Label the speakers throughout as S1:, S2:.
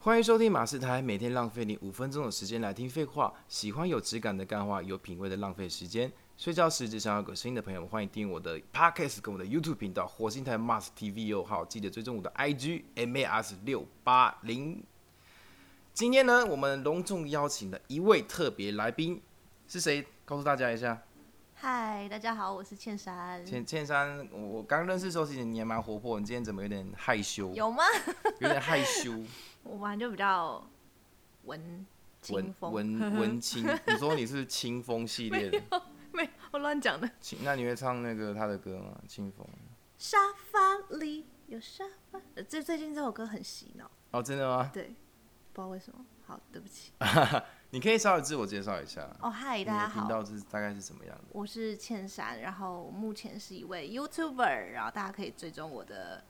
S1: 欢迎收听马斯台，每天浪费你五分钟的时间来听废话。喜欢有质感的干话，有品味的浪费时间。睡觉时只想要有个声音的朋友，欢迎订阅我的 Podcast 跟我的 YouTube 频道火星台 Mars TV 哦。好，记得追踪我的 IG MAS 六八零。今天呢，我们隆重邀请了一位特别来宾，是谁？告诉大家一下。
S2: 嗨，大家好，我是倩珊。
S1: 千千山，我我刚认识的时候，其实你还蛮活泼，你今天怎么有点害羞？
S2: 有吗？
S1: 有点害羞，
S2: 我玩就比较文清
S1: 文
S2: 风，
S1: 文文青。你说你是清风系列的，
S2: 没有，我乱讲的。
S1: 清那你会唱那个他的歌吗？清风
S2: 沙发里有沙发，呃这最近这首歌很洗脑，
S1: 哦，真的吗？
S2: 对，不知道为什么。好，对不起。
S1: 你可以稍微自我介绍一下，
S2: 哦，嗨，
S1: 你
S2: 大家
S1: 的频
S2: 好，
S1: 道是大概是怎么样的？
S2: 我是倩珊，然后目前是一位 YouTuber，然后大家可以追踪我的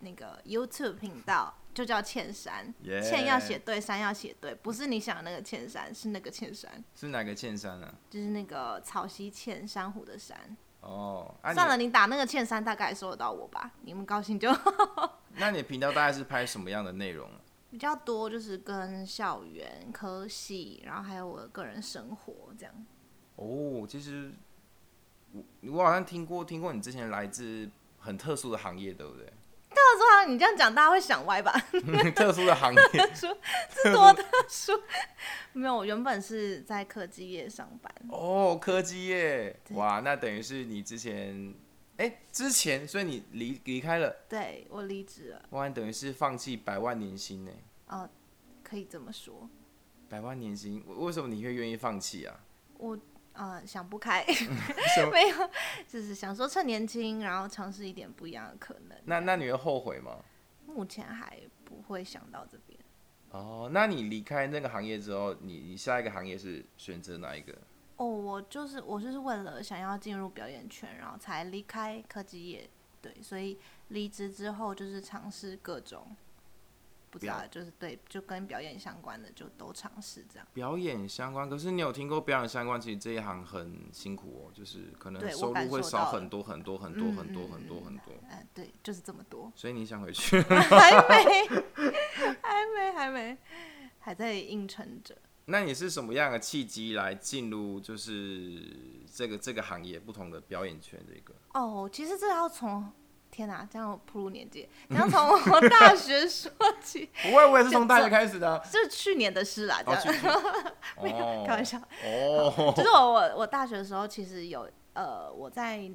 S2: 那个 YouTube 频道，就叫倩珊。
S1: 耶
S2: 倩要写对，珊要写对，不是你想的那个倩珊，是那个倩珊，
S1: 是哪个千山啊？
S2: 就是那个草溪倩，珊瑚的珊。
S1: 哦，啊
S2: 算了，
S1: 你，
S2: 你打那个欠三大概收得到我吧，你们高兴就好。
S1: 那你的频道大概是拍什么样的内容？啊
S2: 比较多就是跟校园、科系，然后还有我的个人生活这样。
S1: 哦，其实我我好像听过听过你之前来自很特殊的行业，对不 对？
S2: 他说啊你这样讲，大家会想歪吧？
S1: 特殊的行业，
S2: 是多特殊？没有，我原本是在科技业上班，
S1: 哦，科技业，
S2: 对
S1: 哇，那等于是你之前，哎、之前，所以你离离开了，
S2: 对我离职了，
S1: 哇，你等于是放弃百万年薪呢？
S2: 呃，可以这么说，
S1: 百万年薪，为为什么你会愿意放弃啊？
S2: 我呃想不开，
S1: 什么
S2: 没有，就是想说趁年轻，然后尝试一点不一样的可能。
S1: 那那你会后悔吗？
S2: 目前还不会想到这边。
S1: 哦，那你离开那个行业之后，你你下一个行业是选择哪一个？
S2: 哦，我就是我就是为了想要进入表演圈，然后才离开科技业，对，所以离职之后就是尝试各种，不知
S1: 表
S2: 道就是对，就跟表演相关的就都尝试这样。
S1: 表演相关，可是你有听过表演相关，其实这一行很辛苦哦，就是可能
S2: 对我
S1: 收
S2: 感
S1: 入会
S2: 受
S1: 少
S2: 到
S1: 很
S2: 了
S1: 多很多很多
S2: 嗯
S1: 很多
S2: 嗯
S1: 很多
S2: 嗯
S1: 很多，，
S2: 嗯，对，就是这么多
S1: 所以你想回去？
S2: 还没，还没，还没，还在应承着。
S1: 那你是什么样的契机来进入就是这个这个行业不同的表演圈这个？
S2: 哦，其实这要从。天哪、这样我步入年纪，这样从我大学说起，
S1: 不会，我也是从
S2: 这
S1: 大学开始的啊。
S2: 就是去年的事啦，这
S1: 哦，
S2: 样、
S1: 去去
S2: 没有
S1: 哦
S2: 开玩笑，
S1: 哦，
S2: 就是我我我大学的时候，其实有呃，我在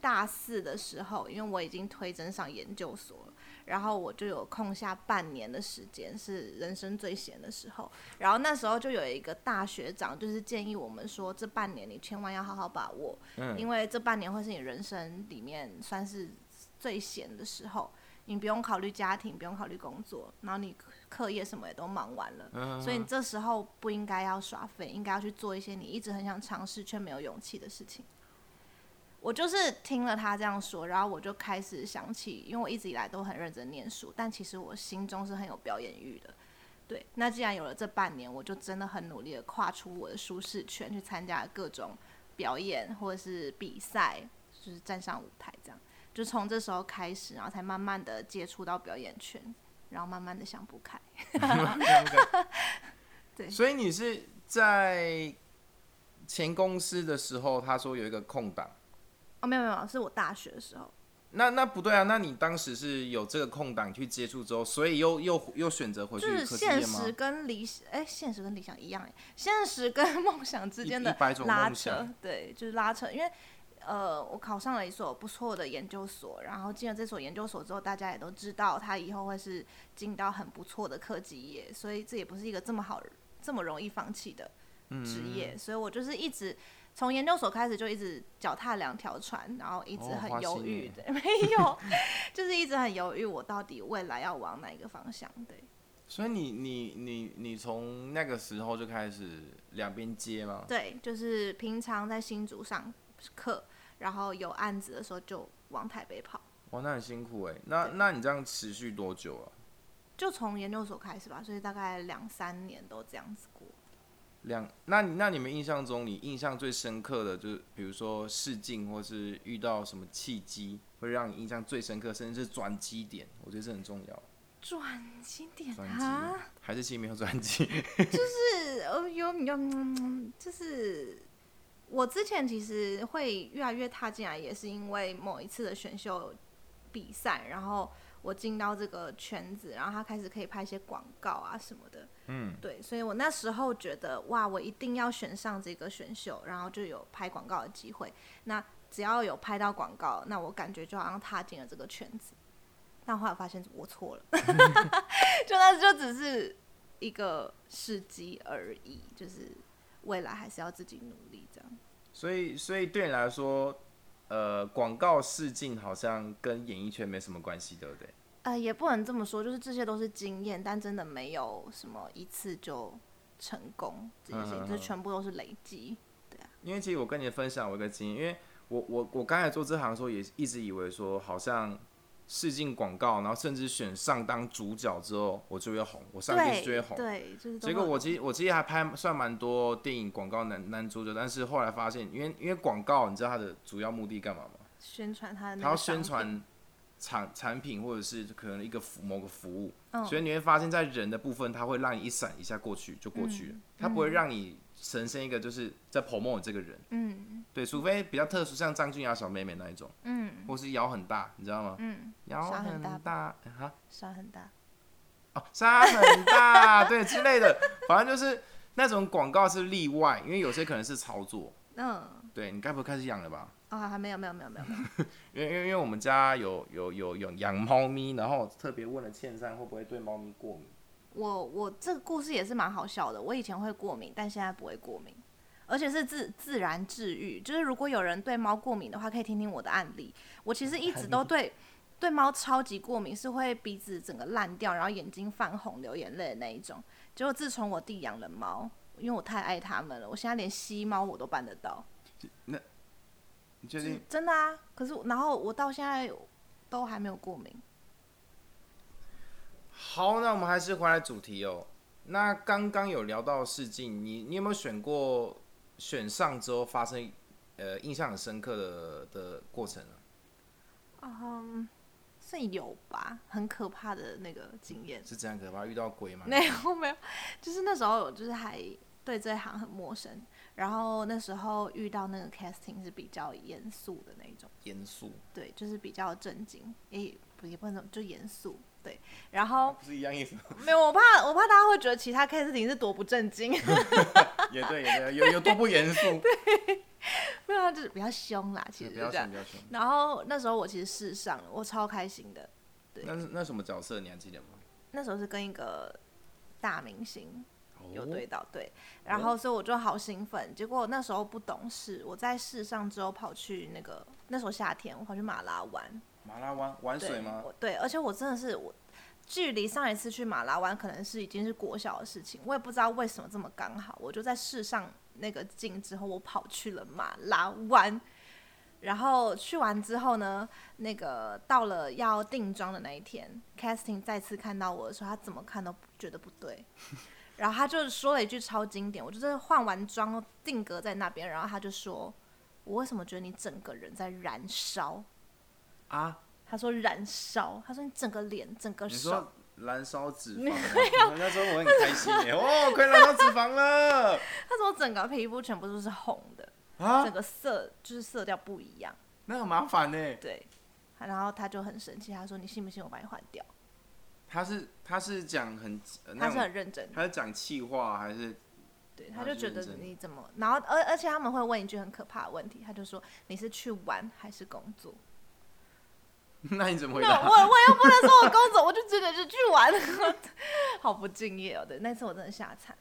S2: 大四的时候，因为我已经推甄上研究所了，然后我就有空下半年的时间，是人生最闲的时候。然后那时候就有一个大学长，就是建议我们说，这半年你千万要好好把握，
S1: 嗯，
S2: 因为这半年会是你人生里面算是最闲的时候。你不用考虑家庭，不用考虑工作，然后你课业什么也都忙完了，
S1: 嗯
S2: 所以你这时候不应该要耍废，应该要去做一些你一直很想尝试却没有勇气的事情。我就是听了他这样说，然后我就开始想起，因为我一直以来都很认真念书，但其实我心中是很有表演欲的。对，那既然有了这半年，我就真的很努力的跨出我的舒适圈，去参加各种表演或者是比赛，就是站上舞台这样。就从这时候开始，然后才慢慢的接触到表演圈，然后慢慢的想不开。对
S1: 所以你是在前公司的时候，他说有一个空档，
S2: 哦，没有没有，是我大学的时
S1: 哦
S2: 候。
S1: 那那不对啊，那你当时是有这个空档去接触之后，所以又又又选择回去
S2: 就是
S1: 科技业
S2: 现
S1: 吗
S2: 实？跟理想，哎、现实跟理想一样，哎，现实跟 梦想之间
S1: 一
S2: 的
S1: 百种
S2: 拉
S1: 梦
S2: 扯
S1: 想，
S2: 对，就是拉扯。因为呃，我考上了一所不错的研究所，然后进了这所研究所之后，大家也都知道他以后会是进到很不错的科技业，所以这也不是一个这么好、这么容易放弃的职
S1: 嗯
S2: 业。所以我就是一直从研究所开始就一直脚踏两条船，然后一直
S1: 哦花
S2: 很犹
S1: 心
S2: 豫
S1: 耶
S2: 对， 没有，就是一直很犹豫，我到底未来要往哪一个方向？对。
S1: 所以你你你你从那个时候就开始两边接吗？
S2: 对，就是平常在新竹上课，然后有案子的时候就往台北跑，
S1: 哇，那很辛苦哎。那
S2: 对
S1: 那你这样持续多久啊？
S2: 就从研究所开始吧，所以大概两三年都这样子过。
S1: 两，那你那你们印象中，你印象最深刻的就是，比如说试镜，或是遇到什么契机，会让你印象最深刻，甚至是转机点，我觉得这很重要。
S2: 转机点
S1: 专
S2: 啊
S1: 辑，还是新没有专辑？
S2: 就是呃有有，嗯就是我之前其实会越来越踏进来，也是因为某一次的选秀比赛，然后我进到这个圈子，然后他开始可以拍一些广告啊什么的。
S1: 嗯，
S2: 对，所以我那时候觉得哇，我一定要选上这个选秀，然后就有拍广告的机会。那只要有拍到广告，那我感觉就好像踏进了这个圈子。但后来我发现我错了， 就那就只是一个时机而已，就是未来还是要自己努力这样。
S1: 所以所以对你来说，呃，广告试镜好像跟演艺圈没什么关系，对不对？
S2: 呃，也不能这么说，就是这些都是经验，但真的没有什么一次就成功这件事
S1: 嗯
S2: 情，
S1: 嗯嗯
S2: 就是全部都是累积。
S1: 因为其实我跟你分享我一个经验，因为我我我刚才做这行的时候，也一直以为说好像试镜广告，然后甚至选上当主角之后，我就会红，我上电视就会
S2: 对
S1: 红。
S2: 对，就是都
S1: 结果
S2: 会
S1: 我其实我其实还拍算蛮多电影广告男男主角，但是后来发现，因为因为广告，你知道它的主要目的干嘛吗？
S2: 宣传他的那
S1: 它要
S2: 个
S1: 宣
S2: 嗯商品，
S1: 传产产品或者是可能一个服某个服务，
S2: 嗯
S1: 所以你会发现在人的部分，它会让你一闪一下过去就过去了，
S2: 嗯
S1: 它不会让你呈现一个就是在 promote 你这个人，
S2: 嗯
S1: 对，除非比较特殊，像张俊雅小妹妹那一种，
S2: 嗯
S1: 或是腰很大，你知道吗？
S2: 嗯，
S1: 腰
S2: 沙
S1: 很
S2: 很大
S1: 大哈
S2: 沙很大，
S1: 哦，沙很大， 对之类的，反正就是那种广告是例外，因为有些可能是操作。
S2: 嗯，
S1: 对你该不会开始养了吧？
S2: 啊，还没有没有没有没有，没有
S1: 因为因为因为我们家有有有有养猫咪，然后特别问了倩珊会不会对猫咪过敏。
S2: 我我这个故事也是蛮好笑的，我以前会过敏，但现在不会过敏。而且是自自然治愈，就是如果有人对猫过敏的话，可以听听我的案例。我其实一直都对对猫超级过敏，是会鼻子整个烂掉，然后眼睛泛红、流眼泪的那一种。结果自从我弟养了猫，因为我太爱它们了，我现在连吸猫我都办得到。
S1: 你确
S2: 是
S1: 定？
S2: 真的啊，可是然后我到现在都还没有过敏。
S1: 好，那我们还是回来主题哦。那刚刚有聊到试镜，你你有没有选过选上之后发生呃印象很深刻的的过程啊？
S2: 嗯，是有吧？很可怕的那个经验。
S1: 是这样可怕？遇到鬼吗？
S2: 没有没有，就是那时候我就是还对这一行很陌生，然后那时候遇到那个 casting 是比较严肃的那一种，
S1: 严肃，
S2: 对，就是比较震惊，也不也不能怎么就严肃，对。然后
S1: 哦不是一样意思吗？
S2: 没有，我怕我怕大家会觉得其他 casting 是多不正经，
S1: 也对，也对，有有多不严肃？
S2: 没有，啊就是比较凶啦，其实
S1: 不
S2: 就
S1: 要
S2: 这样
S1: 凶，。不要凶。
S2: 然后那时候我其实试上了，我超开心的。对
S1: 那那什么角色你还记得吗？
S2: 那时候是跟一个大明星有对
S1: 哦，
S2: 到对，然后所以我就好兴奋。结果那时候不懂事，我在试上之后跑去那个那时候夏天，我跑去马拉湾
S1: 马拉湾玩水
S2: 对
S1: 吗？
S2: 我对，而且我真的是我。距离上一次去马拉湾可能是已经是国小的事情，我也不知道为什么这么刚好，我就在试上那个镜之后，我跑去了马拉湾，然后去完之后呢，那个到了要定妆的那一天，casting 再次看到我的时候，他怎么看都觉得不对，然后他就说了一句超经典，我就是换完妆定格在那边，然后他就说：“我为什么觉得你整个人在燃烧
S1: 啊，？”
S2: 他说：“燃烧。”他说：“你整个脸，整个
S1: 你
S2: 手
S1: 说。燃烧脂肪啊？那时候我很开心 耶，哦，快燃烧脂肪了”
S2: 他说：“我整个皮肤全部都是红的，
S1: 啊
S2: 整！个色就是色调不一样。
S1: 那很麻烦呢”。
S2: 对，然后他就很生气，他说：“你信不信我把你换掉
S1: 他是他是讲很，呃？”那
S2: 他是
S1: 种
S2: 很认真的。
S1: 他是讲气话还是
S2: 对，
S1: 他
S2: 他就是觉
S1: 认
S2: 得
S1: 真的
S2: 你怎么，然后而而且他们会问一句很可怕的问题，他就说你是去玩还是工作？
S1: 那你怎么回
S2: 那我
S1: 答？
S2: 我又不能说我工作，我就真的是去玩， 好不敬业哦。对，那次我真的吓惨，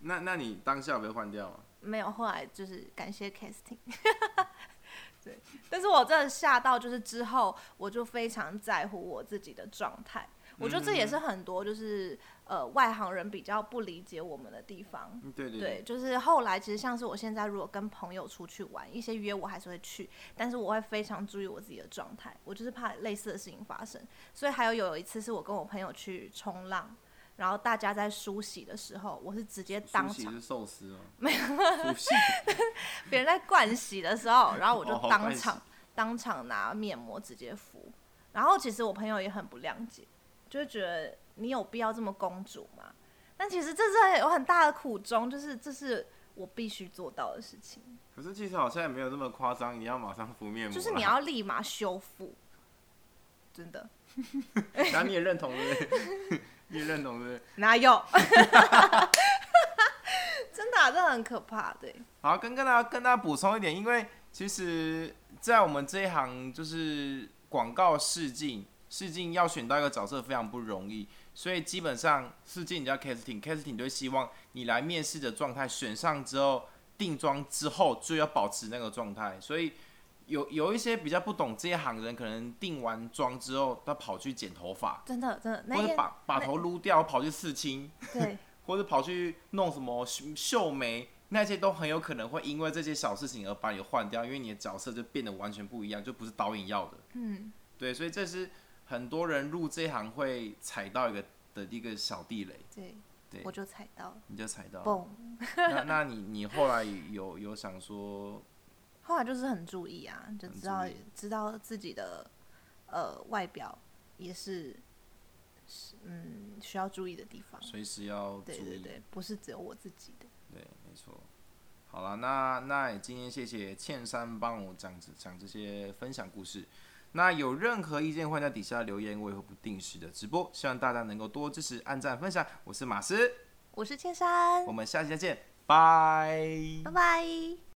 S1: 那那你当下有被换掉吗？
S2: 没有后来就是感谢 casting，对，但是我真的吓到，就是之后我就非常在乎我自己的状态。我觉得这也是很多就是呃外行人比较不理解我们的地方，
S1: 嗯对对
S2: 对，，就是后来其实像是我现在如果跟朋友出去玩，一些约我还是会去，但是我会非常注意我自己的状态，我就是怕类似的事情发生。所以还有有一次是我跟我朋友去冲浪，然后大家在梳洗的时候，我是直接当
S1: 苏西
S2: 场
S1: 是寿司哦吗？没有，西
S2: 别人在灌洗的时候，然后我就
S1: 哦好
S2: 当
S1: 灌洗
S2: 场、当场拿面膜直接敷，然后其实我朋友也很不谅解，就会觉得你有必要这么公主吗？但其实这是有很大的苦衷，就是这是我必须做到的事情，
S1: 可是其实好像也没有这么夸张，你要马上敷面膜啊，
S2: 就是 你要立马修复，真的
S1: 然后你也认同是不是， 你也认同是不是。
S2: 哪有？ 真的、啊，这很可怕，对。
S1: 好，跟跟大家跟大家补充一点，因为其实，在我们这一行就是广告试镜，试镜要选到一个角色非常不容易，所以基本上试镜你叫 casting，casting 就会希望你来面试的状态，选上之后定妆之后就要保持那个状态，所以。有有一些比较不懂这一行的人，可能定完妆之后，他跑去剪头发，
S2: 真的真的那
S1: 或者
S2: 天
S1: 把把
S2: 那
S1: 头撸掉，跑去刺青，
S2: 对，
S1: 或者跑去弄什么秀秀眉，那些都很有可能会因为这些小事情而把你换掉，因为你的角色就变得完全不一样，就不是导演要的。
S2: 嗯，
S1: 对，所以这是很多人入这一行会踩到一个的一个小地雷，
S2: 对，
S1: 对哦
S2: 我就踩到了，
S1: 你就踩到了。
S2: 嘣！
S1: 那那你你后来有有想说，
S2: 后来就是很注意啊，就
S1: 很
S2: 知道
S1: 注意
S2: 知道自己的呃外表也是是嗯需要注意的地方。
S1: 随时要注
S2: 对
S1: 意？
S2: 对对，不是只有我自己的。
S1: 对，没错。好了，那那也今天谢谢倩珊帮我讲这讲这些分享故事。那有任何意见，欢迎在底下留言，我也会不定时的直播。希望大家能够多支持、按赞、分享。我是马斯，
S2: 我是千山
S1: 我，们下期再见，拜
S2: 拜拜。